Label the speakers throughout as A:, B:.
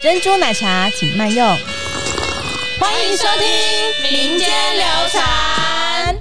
A: 珍珠奶茶请慢用。欢迎收听民间流传。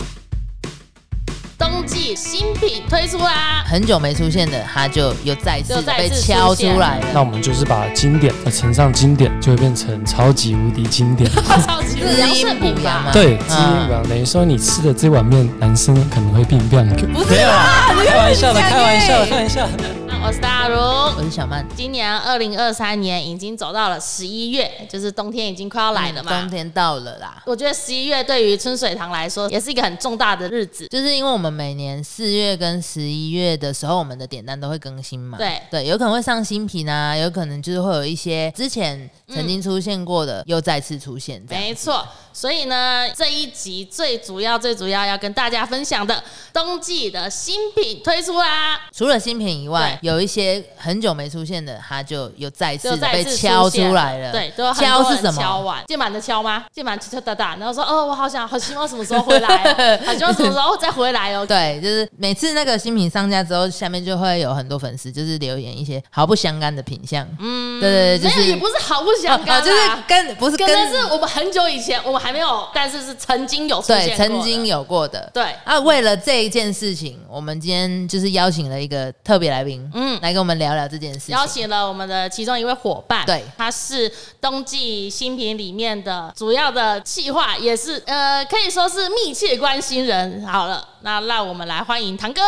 B: 冬季新品推出啦！
C: 很久没出现的，它就又再次
B: 又
C: 地
B: 再
C: 被
B: 次
C: 敲
B: 出现
C: 出来
D: 那
C: 了。
D: 我们就是把经典呃乘上经典，就会变成超级无敌经典。
C: 啊
B: 超级无啊
C: 滋
B: 聊
C: 阴
B: 圣
C: 补
B: 品
C: 阳
B: 吧
C: 吗？？
D: 对，基
C: 嗯
D: 因吧，等于说你吃的这碗面，男生可能会变变狗。
C: 没有啦，
D: 啊开玩笑的，开玩笑的，开玩笑的。
B: 那我是大如
C: 我。是小曼。
B: 今年啊二零二三年已经走到了十一月，就是冬天已经快要来了嘛
C: 嗯冬。天到了啦，
B: 我觉得十一月对于春水堂来说也是一个很重大的日子。
C: 就是因为我们每年四月跟十一月的时候，我们的点单都会更新嘛。
B: 对
C: 对，有可能会上新品啊，有可能就是会有一些之前曾经出现过的，又再次出现这样。
B: 没错，所以呢，这一集最主要、最主要要跟大家分享的冬季的新品推出啦，
C: 除了新品以外，有一些很久没出现的，它就又再次
B: 就
C: 地
B: 再
C: 被
B: 次
C: 敲
B: 现
C: 出来了。
B: 对，都有很
C: 敲
B: 多
C: 是
B: 人
C: 什
B: 敲
C: 么？
B: 完键盘的敲吗？键盘敲敲打打，然后说哦，我好想，好希望什么时候回来 哦，好希望什么时候再回来哦。
C: 对，就是每次那个新品上架之后，下面就会有很多粉丝就是留言一些毫不相干的品相。嗯，对对对，就
B: 没有，
C: 是
B: 也不是毫不相干、
C: 啊，
B: 啦，
C: 就是跟不是
B: 可
C: 跟
B: 能是我们很久以前我们还没有，但是是曾经有出
C: 对
B: 现过
C: 曾经
B: 的
C: 有过的。
B: 对
C: 啊，为了这一件事情，我们今天就是邀请了一个特别来宾，
B: 嗯
C: 嗯，来跟我们聊聊这件事情
B: 邀。请了我们的其中一位伙伴，
C: 对
B: 他是冬季新品里面的主要的企划，也是呃可以说是密切关心人。好了，那让我们来欢迎堂哥。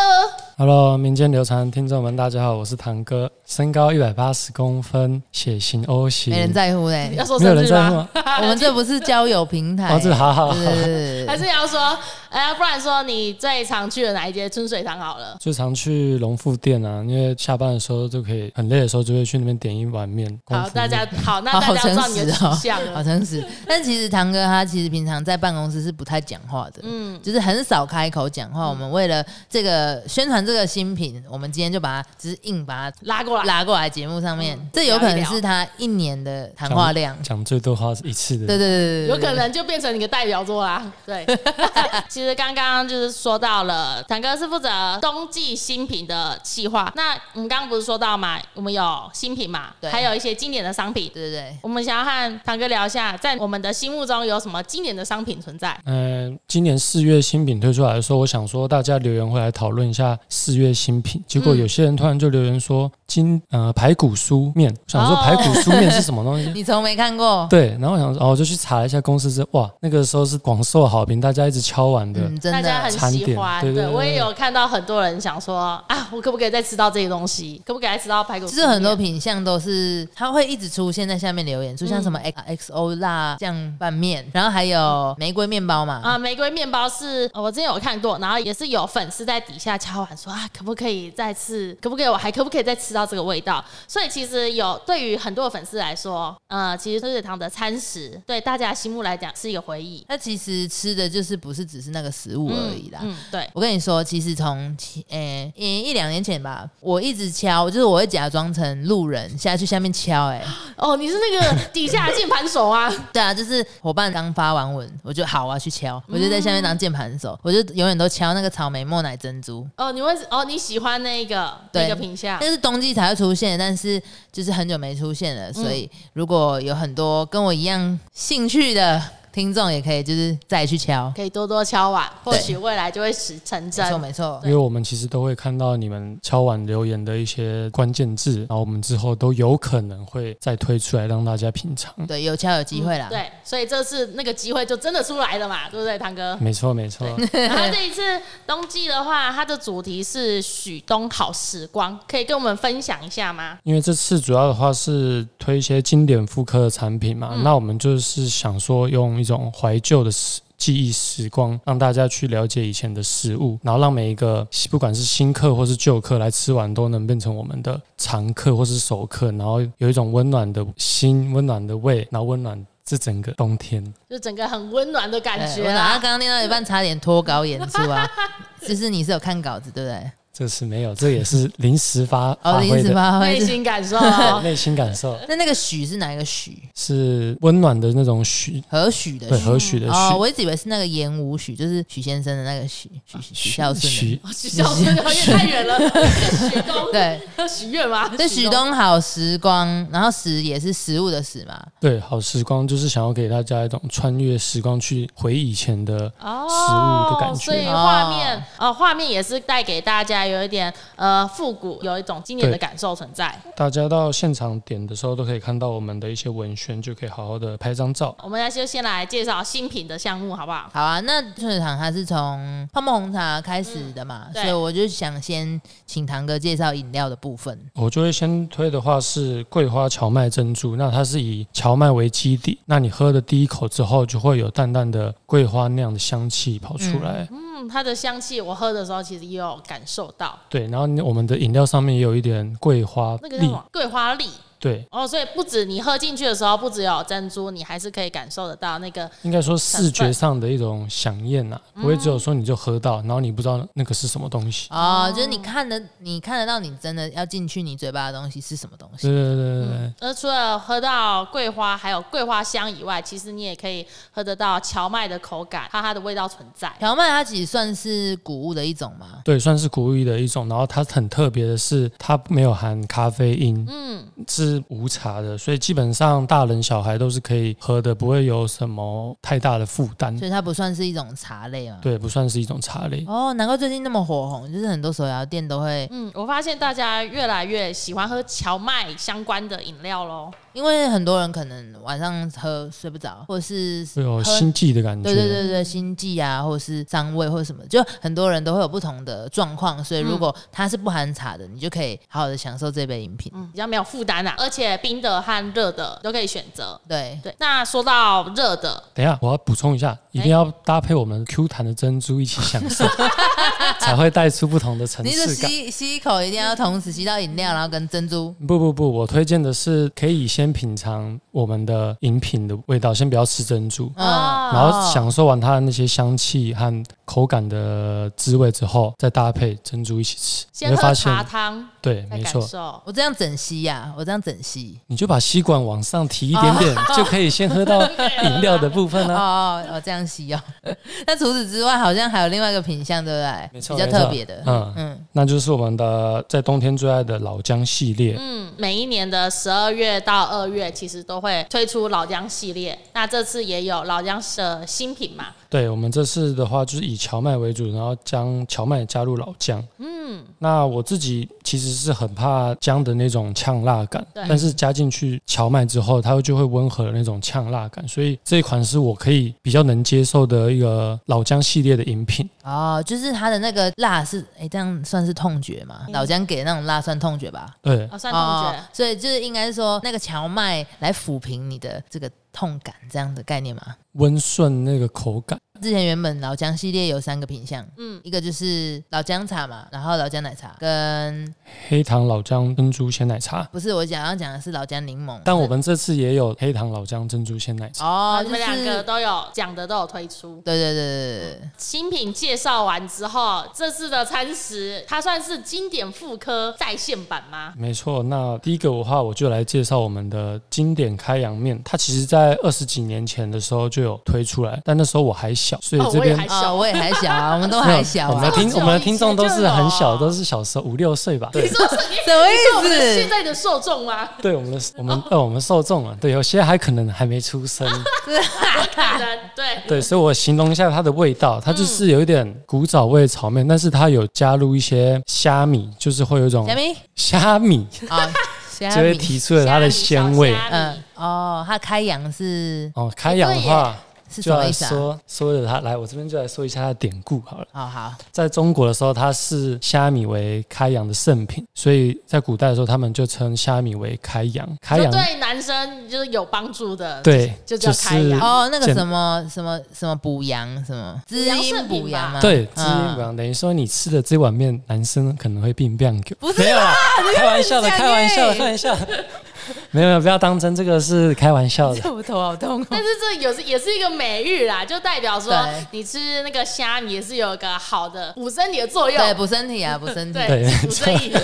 D: Hello，民间流传听众们，大家好，我是堂哥，身高一百八十公分，血型 O 型。
C: 没人在乎嘞、
B: 要说
D: 没有
B: 生
D: 人
B: 日
D: 在乎
B: 吗
D: 吗？
C: 我们这不是交友平台，
D: 哦，这好好好。
C: 对对对
B: 还
C: 对
B: 是要说，哎、不然说你最常去的哪一间春水堂好了？
D: 最常去龙富店啊，因为下班的时候就可以，很累的时候就会去那边点一碗面。功
B: 好，
D: 夫
B: 大家好，那
C: 好
B: 大
C: 好
B: 家知
C: 诚
B: 道你
C: 实
B: 的
C: 哦
B: 取向，
C: 好
B: 了。
C: 诚实。但其实堂哥他其实平常在办公室是不太讲话的，嗯，就是很少开口讲
B: 嗯
C: 话。我们为了这个宣传这个新品，我们今天就把他只是硬把他
B: 拉过来，
C: 拉过来节目上面，
B: 嗯
C: 这有可能
B: 聊一聊
C: 是他一年的谈话量。
D: 讲最多话是一次的。
C: 对对对对对，
B: 有可能就变成你的代表作啦。 对，其实刚刚就是说到了，坦哥是负责冬季新品的企划。那我们刚刚不是说到嘛，我们有新品嘛，
C: 对
B: 还有一些经典的商品。
C: 对对对。
B: 我们想要和堂哥聊一下，在我们的心目中有什么经典的商品存在？
D: 嗯、今年四月新品推出来的时候，我想说大家留言会来讨论一下四月新品。结果有些人突然就留言说金呃排骨酥面，我想说
B: 哦
D: 排骨酥面是什么东西？
C: 你从没看过？
D: 对，然后我想说，哦，我就去查了一下公司是哇，那个时候是广受好评，大家一直敲碗的。
C: 嗯，真
B: 大
C: 的，
B: 家很喜欢，
D: 餐点对对对
B: 我也有看到很多人想说啊，我可不可以再吃到这个东西？可不可以再吃到排骨酥
C: 其
B: 面？
C: 实很多品相都是它会一直出现在下面留言，就像什么
B: 嗯
C: X O 辣酱拌面，然后还有玫瑰面包嘛，
B: 啊，玫瑰面包是呃我之前有看过，然后也是有粉丝在底下敲碗说啊，可不可以再次，可不可以我还可不可以再吃到这个味道？所以其实有对于很多粉丝来说，呃，其实春水堂的餐食对大家心目来讲是一个回忆。
C: 它其实吃的就是不是只是那个食物而已啦。
B: 嗯，嗯对，
C: 我跟你说，其实从前诶、一一两年前吧，我一直敲，就是我会假装成路人下去下面敲、 诶，
B: 哦，你是那个底下的键盘手啊，
C: 对啊，就是伙伴刚发完文，我就好啊去敲，我就在下面
B: 嗯
C: 当键盘手，我就永远都敲那个草莓莫奶珍珠，
B: 哦，你会哦，你喜欢那个
C: 对
B: 那个品相
C: 那，是冬季才会出现，但是就是很久没出现了，所
B: 嗯
C: 以如果有很多跟我一样兴趣的听众，也可以就是再去敲。
B: 可以多多敲碗，或
C: 对
B: 许未来就会实成
C: 没错，
B: 真。
C: 没错
D: 因。为我们其实都会看到你们敲碗留言的一些关键字，然后我们之后都有可能会再推出来让大家品尝。
C: 对，有敲有机会啦。
B: 对，所以这次那个机会就真的出来了嘛，对不对，堂哥？
D: 没错，没错。
B: 然后这一次冬季的话，它的主题是许冬好时光，可以跟我们分享一下吗？
D: 因为这次主要的话是推一些经典复刻的产品嘛，
C: 嗯
D: 那我们就是想说用一种怀旧的时记忆时光，让大家去了解以前的食物，然后让每一个不管是新客或是旧客来吃完，都能变成我们的常客或是熟客，然后有一种温暖的心、温暖的胃，然后温暖这整个冬天。
B: 就整个很温暖的感
C: 哎
B: 觉
C: 我早上
B: 啦
C: 刚。刚念到一半，差点脱稿演出 啊！就是你是有看稿子对不对？
D: 这是没有，这也是临时发
C: 哦，
D: 发
C: 临
D: 挥
C: 时
D: 的
C: 发
B: 内
C: 挥。
B: 心感受哦
D: 内心感受。
C: 那那个许是哪一个许？
D: 是温暖的那种许，
C: 何许的
D: 对，
C: 许。
D: 和许的许。
C: 哦，我一直以为是那个演武许，就是许先生的那个许，许许孝顺的。
D: 许
B: 哦 许孝顺，有点太远了。许东，
C: 对，
B: 许愿吗？
C: 对，许
B: 东，
C: 东好时光，然后时也是食物的食嘛，
D: 对好时光，就是想要给大家一种穿越时光去回忆以前的
B: 哦
D: 食物的感觉
B: 所以画面哦，画面也是带给大家有一点呃复古，有一种经典的
D: 对
B: 感受存在。
D: 大家到现场点的时候，都可以看到我们的一些文宣，就可以好好的拍张照。
B: 我们来就先来介绍新品的项目，好不好？
C: 好啊，那春水堂它是从泡沫红茶开始的嘛，
B: 嗯对
C: 所以我就想先请堂哥介绍饮料的部分。
D: 我就会先推的话是桂花荞麦珍珠，那它是以荞麦为基底，那你喝的第一口之后，就会有淡淡的桂花那样的香气跑出来。
B: 嗯，它的香气我喝的时候其实也有感受到，
D: 对，然后你我们的饮料上面也有一点桂花
B: 那个叫什
D: 粒，
B: 么桂花粒
D: 对，
B: 哦，所以不止你喝进去的时候，不只有珍珠，你还是可以感受得到那个
D: 应该说视觉上的一种响艳呐、
B: 嗯
D: 不会只有说你就喝到，然后你不知道那个是什么东西。
C: 哦，就是你看得你看得到，你真的要进去你嘴巴的东西是什么东
D: 对
C: 西？
D: 对对对对，
B: 呃，除了喝到桂花还有桂花香以外，其实你也可以喝得到荞麦的口感，它它的味道存在。
C: 荞麦它其实算是谷物的一种嘛，
D: 对，算是谷物的一种。然后它很特别的是，它没有含咖啡因，
B: 嗯，
D: 是无茶的，所以基本上大人小孩都是可以喝的，不会有什么太大的负担。
C: 所以它不算是一种茶类嘛。
D: 嗯对，不算是一种茶类。
C: 哦，难怪最近那么火红，就是很多手摇店都会，
B: 嗯，我发现大家越来越喜欢喝荞麦相关的饮料喽。
C: 因为很多人可能晚上喝睡不着，或者是
D: 会有
C: 喝
D: 哦心悸的感觉。
C: 对对对对，心悸啊，或者是伤胃或者什么，就很多人都会有不同的状况，所以
B: 嗯
C: 如果它是不含茶的，你就可以好好的享受这杯饮品。
B: 嗯，比较没有负担啦，而且冰的和热的都可以选择。
C: 对，
B: 对，那说到热的，
D: 等一下，我要补充一下，一
C: 哎
D: 定要搭配我们 Q 弹的珍珠一起享 受，才会带出不同的层
C: 你的
D: 次感。
C: 吸吸一口一定要同时吸到饮料，然后跟珍珠。
D: 不不不，我推荐的是可以先品尝我们的饮品的味道，先不要吃珍珠，
C: 嗯，
B: 哦
D: 然后享受完它的那些香气和口感的滋味之后，再搭配珍珠一起吃，你
B: 先
D: 会
B: 喝
D: 发
B: 茶
D: 现，
B: 汤，
D: 对，
B: 再
D: 没
B: 感
D: 错，
B: 受。
C: 我这样整吸呀、我这样整吸。
D: 你就把吸管往上提一点点，
B: 哦
D: 就可以先 喝到饮料的部分啊
C: 哦
D: 啦、
C: 哦哦，这样吸哦。 那除此之外，好像还有另外一个品相，对不对？
D: 没错
C: 比较特别的
D: 没。错嗯
C: 嗯，
D: 那就是我们的在冬天最爱的老姜系列。
B: 嗯，每一年的十二月到二月，其实都会推出老姜系列。那这次也有老姜的新品嘛？
D: 对我们这次的话，就是以荞麦为主，然后将荞麦加入老姜。嗯，那我自己其实是很怕姜的那种呛辣感，
B: 对
D: 但是加进去荞麦之后，它就会温和的那种呛辣感，所以这一款是我可以比较能接受的一个老姜系列的饮品。
C: 哦，就是它的那个辣是，哎、这样算是痛觉嘛？老姜给那种辣算痛觉吧？
D: 对，
B: 啊，嗯算同学。
C: 哦，所以就是应该是说那个荞麦来抚平你的这个痛感这样的概念嘛。
D: 温顺那个口感。
C: 之前原本老姜系列有三个品相，嗯，一个就是老姜茶嘛，然后老姜奶茶跟
D: 黑糖老姜珍珠鲜奶茶，
C: 不是我想要讲的是老姜柠檬，
D: 但我们这次也有黑糖老姜珍珠鲜奶茶。
C: 哦，
B: 你
C: 就是
B: 们两个都有讲的都有推出。
C: 对对对对对对，
B: 新品介绍完之后，这次的餐食它算是经典复刻再现版吗？
D: 没错，那第一个的话，我就来介绍我们的经典开阳面。它其实在二十几年前的时候就有推出来，但那时候我还小，所以
B: 哦
D: 这
B: 我也
D: 边、
B: 还小
C: 哦，我也还小 啊，我们都还小
D: 我们
C: 啊
D: 的，听
B: 这么久
D: 我们的听众都是很
B: 以前
D: 小，
B: 就有
D: 都是小时候五六岁吧。对
B: 你说是你
C: 什么
B: 是我们的
C: 意
B: 现
C: 思？
B: 在的受众吗？
D: 对，我们的我们呃我们受众啊，对，有些还可能还没出生。
B: 可能对，
D: 对，所以我形容一下它的味道，它就是有一点古早味炒面，但是它有加入一些虾米，就是会有一种
C: 虾米
D: 虾米，
C: 啊，虾
D: 就会
C: 米，
D: 提出了它的鲜味。
B: 嗯
C: 嗯，，哦，它开阳是
D: 哦，开阳的话。
C: 是什
D: 就
C: 么
D: 来
C: 意思啊？
D: 说说的他来，我这边就来说一下他的典故好了。
C: 哦，好，
D: 在中国的时候，它是虾米为开阳的圣品，所以在古代的时候，他们就称虾米为开阳。开
B: 就
D: 阳
B: 对男生就是有帮助的，，
D: 对，
B: 就叫
D: 就
B: 开阳
D: 是
C: 哦，那个
D: 简
C: 什么什么什么补阳什么滋
B: 阳
C: 阴
B: 圣品
C: 补
B: 吧
C: 阳嘛，
D: 对滋
C: 嗯
D: 阴补阳，等于说你吃的这碗面，男生可能会病变狗。
C: 不是
D: 没有啦，开玩笑的，
C: 讲欸
D: 开玩笑的，开玩笑的。没有没有，不要当真，这个是开玩笑的。
C: 这 我头好痛、
B: 但
C: 哦。
B: 是这有是也是一个美誉啦，就代表说
C: 对
B: 你吃那个虾米也是有个好的补身体的作用
C: 对，，补身 体啊，补身体。
B: 哎对
D: 对，
B: 补身体。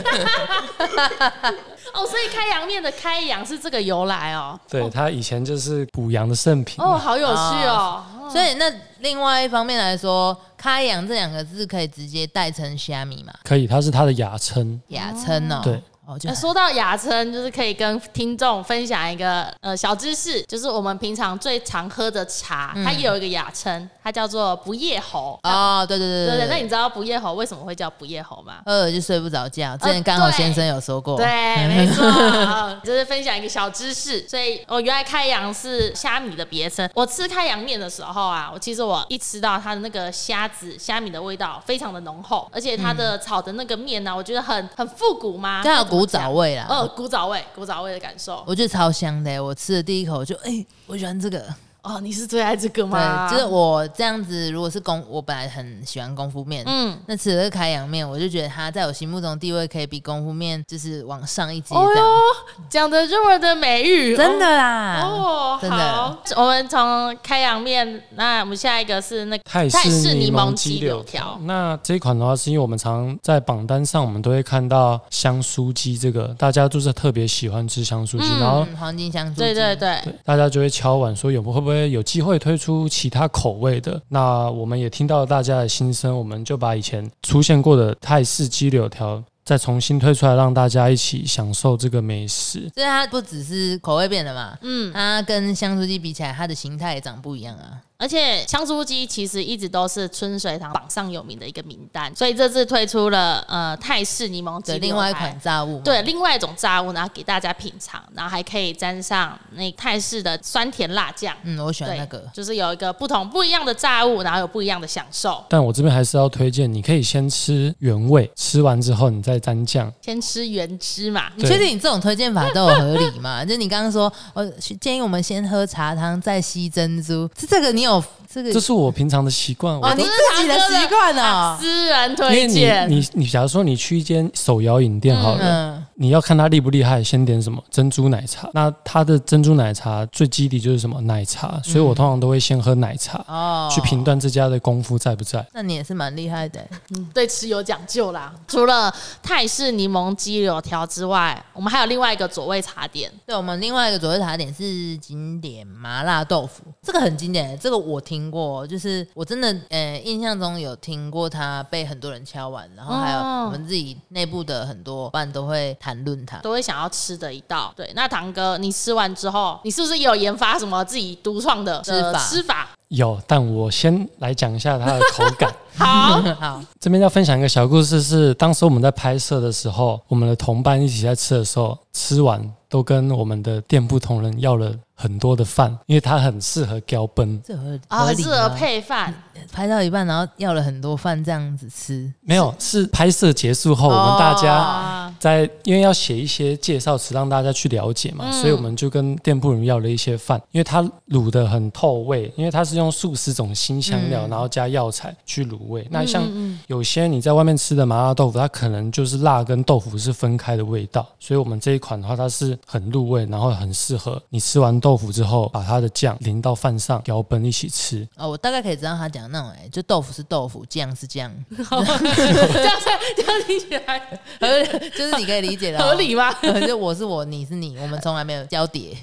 B: 哦，所以开阳面的开阳是这个由来哦。
D: 对，它以前就是补阳的圣品。
B: 哦，好有趣哦。
C: 所以那另外一方面来说，开阳这两个字可以直接代称虾米嘛，
D: 可以，它是它的雅称。
C: 雅称哦。
D: 对，
C: 哦，就
B: 呃说到雅琛，就是可以跟听众分享一个呃小知识，就是我们平常最常喝的茶，它也有一个雅称，它叫做不夜猴。
C: 嗯哦，对对对
B: 对呃对
C: 对
B: 对，那你知道不夜猴为什么会叫不夜猴吗？
C: 饿了就睡不着觉。之前刚好
B: 呃对
C: 先生有说过，
B: 对，啊没错， 就是分享一个小知识。所以我、哦、原来开阳是虾米的别称。我吃开阳面的时候啊，我其实我一吃到它的那个虾子、虾米的味道非常的浓厚，而且它的炒的那个面啊呢、我觉得很很复古嘛，
C: 它有古早味啦。
B: 呃，古早味、古早味的感受。
C: 我觉得超香的欸，我吃了第一口就哎、我喜欢这个。
B: 哦，你是最爱这个吗？
C: 对，就是我这样子，如果是功，我本来很喜欢功夫面，
B: 嗯，
C: 那吃了这个开阳面，我就觉得它在我心目中地位可以比功夫面就是往上一级
B: 哦
C: 这样，
B: 哟，讲的这么 的美誉，
C: 真的啦，
B: 哦，
C: 真的
B: 好，我们从开阳面，那我们下一个是那个
D: 泰
B: 式
D: 式
B: 柠
D: 柠
B: 檬
D: 檬
B: 鸡
D: 鸡
B: 柳
D: 柳
B: 条
D: 条，那这一款的话，是因为我们常在榜单上，我们都会看到香酥鸡这个，大家就是特别喜欢吃香酥鸡，然后
C: 嗯，黄金香酥鸡，
B: 哦对对对，
D: 对，大家就会敲碗说有会不会有机会推出其他口味的？那我们也听到了大家的心声，我们就把以前出现过的泰式鸡柳条再重新推出来，让大家一起享受这个美食。
C: 所以它不只是口味变了嘛，
B: 嗯，
C: 它跟香酥鸡比起来，它的形态也长不一样啊。
B: 而且香酥鸡其实一直都是春水堂榜上有名的一个名单，所以这次推出了呃泰式柠檬鸡
C: 对，
B: 柳
C: 另外一
B: 排
C: 款炸物嘛，
B: 对，另外一种炸物，然后给大家品尝，然后还可以沾上那泰式的酸甜辣酱，
C: 嗯，我喜欢
B: 对，
C: 那个，
B: 就是有一个不同不一样的炸物，然后有不一样的享受。
D: 但我这边还是要推荐，你可以先吃原味，吃完之后你再沾酱。
B: 先吃原汁嘛，
C: 你
D: 对
C: 确定你这种推荐法都有合理吗？ 就你刚刚说，我建议我们先喝茶汤，再吸珍珠，是这个你有这个
D: 这是我平常的啊习惯。我
C: 哦，你自己的习惯哦。
B: 私人
D: 因为
B: 推
D: 你
B: 荐。
D: 你你，假如说你去一间手摇饮店好了，
C: 嗯，
D: 你要看它厉不厉害，先点什么珍珠奶茶。那它的珍珠奶茶最基底就是什么奶茶，所以我通常都会先喝奶茶。
C: 哦，
D: 去评断这家的功夫在不在。
C: 那你也是蛮厉害的欸、
B: 对吃有讲究啦。除了泰式柠檬鸡柳条之外，我们还有另外一个佐味茶点，
C: 对我们另外一个左右茶点是经典麻辣豆腐，这个很经典欸，这个我听过，就是我真的呃印象中有听过它被很多人敲完，然后还有
B: 哦
C: 我们自己内部的很多伴都会谈论它。
B: 都会想要吃的一道。对，那堂哥，你吃完之后，你是不是也有研发什么自己独创的
C: 吃法
B: 呃吃法？
D: 有，但我先来讲一下它的口感。
B: 好，啊
C: 好，
D: 这边要分享一个小故事是，当时我们在拍摄的时候，我们的同伴一起在吃的时候，吃完都跟我们的店铺同仁要了很多的饭，因为它很适合标奔。
C: 这合
B: 啊，
C: 合
B: 适
C: 理
B: 合
C: 吗
B: 配饭。
C: 拍到一半，然后要了很多饭这样子吃，
D: 没有，是拍摄结束哦后，我们大家
B: 啊，
D: 在因为要写一些介绍词让大家去了解嘛，
B: 嗯
D: 所以我们就跟店铺人要了一些饭，因为它卤的很透味，因为它是用数十种新香料，然后加药材去卤味。那像
B: 嗯
D: 有些你在外面吃的麻辣豆腐，它可能就是辣跟豆腐是分开的味道，所以我们这一款的话，它是很入味，然后很适合你吃完豆腐之后，把它的酱淋到饭上，摇奔一起吃。
C: 哦，我大概可以知道他讲的那种、欸，就豆腐是豆腐，酱是酱，
B: 嗯这样这样听起来
C: 合理就是你可以理解的、哦
B: 合。理吗？
C: 就我是我，你是你，我们从来没有交 叠。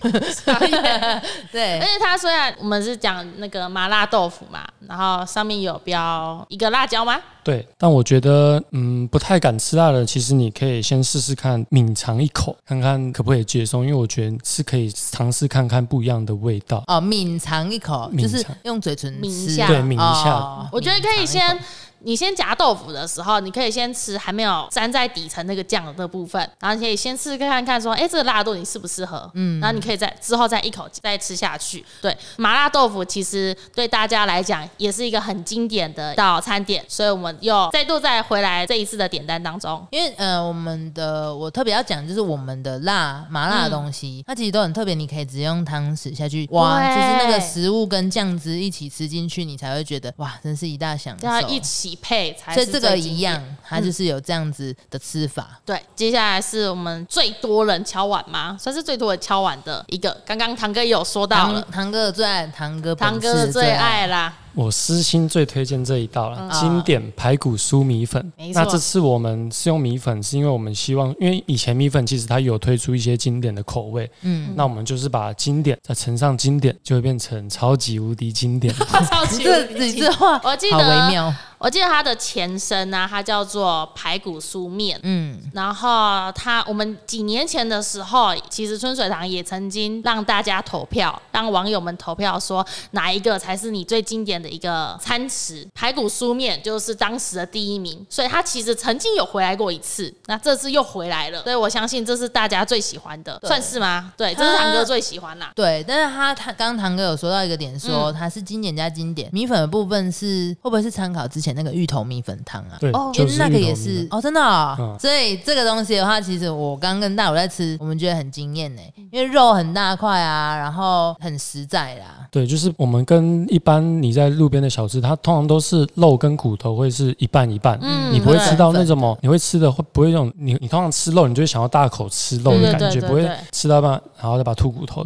C: 对
B: 而，且它虽然我们是讲那个麻辣豆腐嘛，然后上面有标一个辣椒吗？
D: 对，但我觉得，嗯，不太敢吃辣的，其实你可以先试试看，抿尝一口，看看可不可以接受，因为我觉得是可以尝试看看不一样的味道。
C: 哦，抿尝一口，
D: 抿
C: 就
D: 尝
C: 是用嘴唇
B: 抿一
C: 吃
B: 下
D: 对抿一下
C: 哦
B: 我觉得可
C: 抿尝
B: 以先
C: 一口，
B: 你先夹豆腐的时候，你可以先吃还没有粘在底层那个酱的那部分，然后你可以先试看看说，哎、这个辣度你适不适合？嗯，然后你可以再之后再一口再吃下去。对，麻辣豆腐其实对大家来讲也是一个很经典的一道餐点，所以我们又再度再回来这一次的点单当中。
C: 因为呃，我们的我特别要讲就是我们的辣麻辣的东西，它其实都很特别，你可以直接用汤匙下去挖，
B: 嗯对
C: 就是那个食物跟酱汁一起吃进去，你才会觉得哇，真是一大享
B: 要
C: 受。
B: 一起起配才
C: 所
B: 是
C: 以这
B: 最
C: 个
B: 经
C: 一
B: 典。嗯
C: 样，它就是有这样子的吃法。
B: 对，接下来是我们最多人敲碗吗？算是最多人敲碗的一个。刚刚堂哥也有说到了
C: 堂，堂哥的最爱，堂哥本
B: 堂哥的
C: 是
B: 最爱啦，
D: 我私心最推荐这一道了，经典排骨酥米粉
B: 嗯哦没。错
D: 那这次我们是用米粉，是因为我们希望，因为以前米粉其实它有推出一些经典的口味，
C: 嗯
D: 嗯，那我们就是把经典再乘上经典，就会变成超级无敌经典。
B: 超级
C: 这
B: 无
C: 你
B: 敌
C: 这话
B: 我记得
C: 好微妙，
B: 我记得它的前身啊，它叫做排骨酥面。
C: 嗯，
B: 然后它我们几年前的时候，其实春水堂也曾经让大家投票，让网友们投票说哪一个才是你最经典的一个餐食。排骨酥面就是当时的第一名，所以它其实曾经有回来过一次，那这次又回来了，所以我相信这是大家最喜欢的，
C: 对
B: 算是吗？对，这是堂哥最喜欢啦、
C: 对。但是他他刚刚堂哥有说到一个点说，
B: 嗯
C: 它是经典加经典，米粉的部分是会不会是参考之前那个芋头米粉汤啊？
D: 对，
B: 哦
C: 因
D: 就
C: 为
D: 是
C: 那
D: 芋
C: 个
D: 头
C: 也
D: 米粉
C: 是哦，真的、哦
D: 嗯
C: 所以这个东西的话，其实我刚跟大伙在吃，我们觉得很惊艳呢，因为肉很大块啊，然后很实在啦。
D: 对，就是我们跟一般你在路边的小吃，它通常都是肉跟骨头会是一半一半，
B: 嗯
D: 你不会吃到那
C: 对
D: 种么，你会吃的会不会用你你通常吃肉，你就会想要大口吃肉的
B: 对对
D: 感
B: 对
D: 觉，
B: 对
D: 不
B: 对
D: 会吃到一半然后再把它吐骨 头，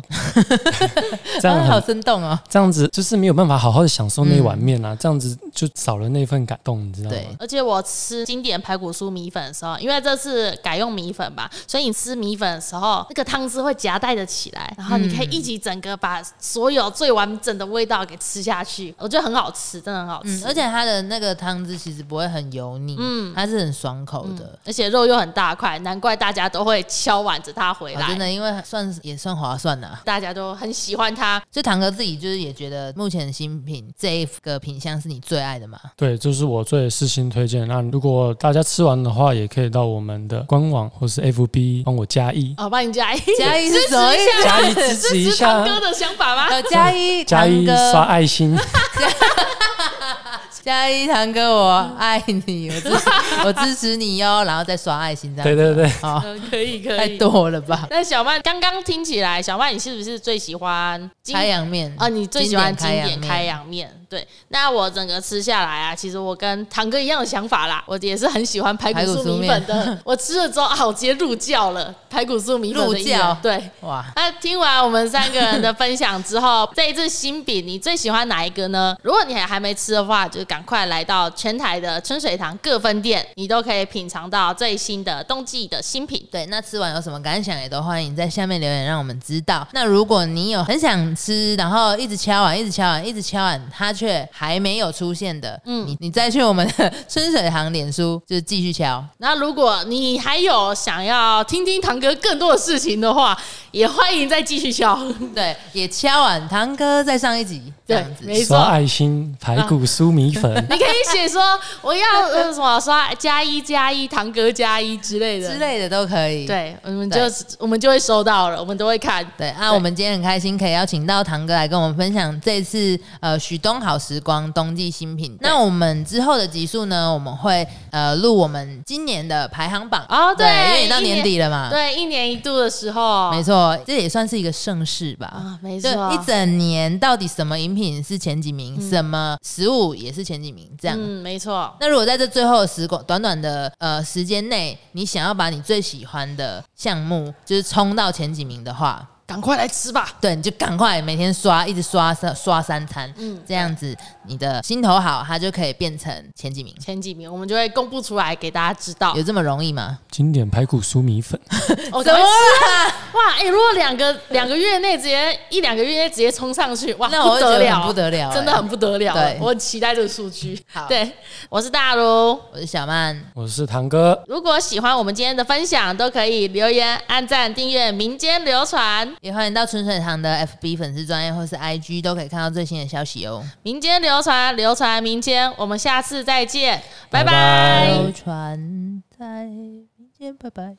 D: 这样
C: 啊 好
D: 很
C: 生动哦。
D: 这样子就是没有办法好好的享受那一
B: 嗯
D: 碗面啊，这样子就少了那份感动，你知道吗？
C: 对
B: 而且我吃经典排骨酥米粉的时候，因为这次改用米粉吧，所以你吃米粉的时候，那个汤汁会夹带着起来，然后你可以一起整个把所有最完整的味道给吃下去，我觉得很好吃，真的很好吃，
C: 嗯，而且它的那个汤汁其实不会很油腻，嗯，它是很爽口的。
B: 而且肉又很大块，难怪大家都会敲碗着它回
C: 啊
B: 嗯来，
C: 真的，因为算是也算划算呐、
B: 大家都很喜欢它。
C: 所以堂哥自己就是也觉得目前的新品这一个品相是你最爱的嘛？
D: 对，这是我最私心推荐。那如果大家吃完的话，也可以到我们的官网或是 FB 帮我加一，
B: 哦，帮你加一，
C: 加一
B: 支
C: 是
B: 持
C: 什么意
B: 一下，
D: 加一支持一
B: 支持
D: 下
B: 堂，哥的想法吗？
C: 呃， 加一
D: 加一
C: 堂哥
D: 刷爱心。
C: 加一堂哥，我爱你，我支持我支持你哟，然后再刷爱心这样。
D: 对对对，
C: 好，
B: 嗯，可以可以。
C: 太多了吧？
B: 那小曼刚刚听起来，小曼你是不是最喜欢经
C: 开阳面
B: 啊，你最喜欢经典
C: 阳
B: 开
C: 面
B: 阳面？对，那我整个吃下来啊，其实我跟堂哥一样的想法啦，我也是很喜欢排骨
C: 排骨
B: 酥
C: 酥
B: 米
C: 面
B: 粉的。我吃了之后啊，我直接入教了排骨酥米粉的
C: 入
B: 一员
C: 教
B: 对。
C: 哇，
B: 那听完我们三个人的分享之后， 这一次新饼你最喜欢哪一个呢？如果你还还没吃的话，就赶快来到全台的春水堂各分店，你都可以品尝到最新的冬季的新品。
C: 对，那吃完有什么感想，也都欢迎在下面留言让我们知道。那如果你有很想吃，然后一直敲碗，一直敲碗，一直敲碗，它却还没有出现的，嗯，你你再去我们的 春水堂脸书，就是继续敲。
B: 那如果你还有想要听听堂哥更多的事情的话，也欢迎再继续 敲。
C: 对，也敲碗，堂哥再上一集，这
B: 对
C: 样，子。
B: 没错
D: 刷。爱心排骨酥米粉，
B: 你可以写说我要呃什么刷加一加一堂哥加一之类的
C: 之，类的都可以。
B: 对，我们就
C: 对
B: 我们就会收到了，我们都会看。
C: 对啊，我们今天很开心可以邀请到堂哥来跟我们分享这次呃许东好时光冬季新品。那我们之后的集数呢，我们会呃录我们今年的排行榜
B: 哦对
C: 因为也到
B: 一年
C: 年底了嘛。
B: 对，一年一度的时候，
C: 嗯没错，这也算是一个盛事吧。
B: 啊，没
C: 就
B: 错，
C: 一整年到底什么饮品是前几名，什么食物也是前几名，这样。
B: 嗯，没错，
C: 那如果在这最后的时光短短的呃时间内，你想要把你最喜欢的项目就是冲到前几名的话，
B: 赶快来吃吧。
C: 对，你就赶快每天刷，一直刷刷刷三餐，嗯，这样子你的心头好，它就可以变成前几名。
B: 前几名我们就会公布出来给大家知道哦
C: 有。这么容易吗？
D: 经典排骨酥米粉。
B: 我
C: 怎么啊
B: 哇，哎、如果两个两个月内直接一两个月内直接冲上去，哇，
C: 那我
B: 不
C: 会觉
B: 得
C: 得
B: 了，啊
C: 很不得了、
B: 真的
C: 欸
B: 很不得了。啊
C: 对
B: 我很期待这个数据
C: 好。
B: 对，我是大如。
C: 我是小曼，
D: 我是堂哥，
B: 如果喜欢我们今天的分享，都可以留言、按赞、订阅《民间流传》。
C: 也欢迎到春水堂的 FB 粉丝专业或是 IG 都可以看到最新的消息哦。
B: 民间流传，流传民间。我们下次再见，拜
D: 拜
B: 拜
D: 拜
C: 流传在民间，拜拜。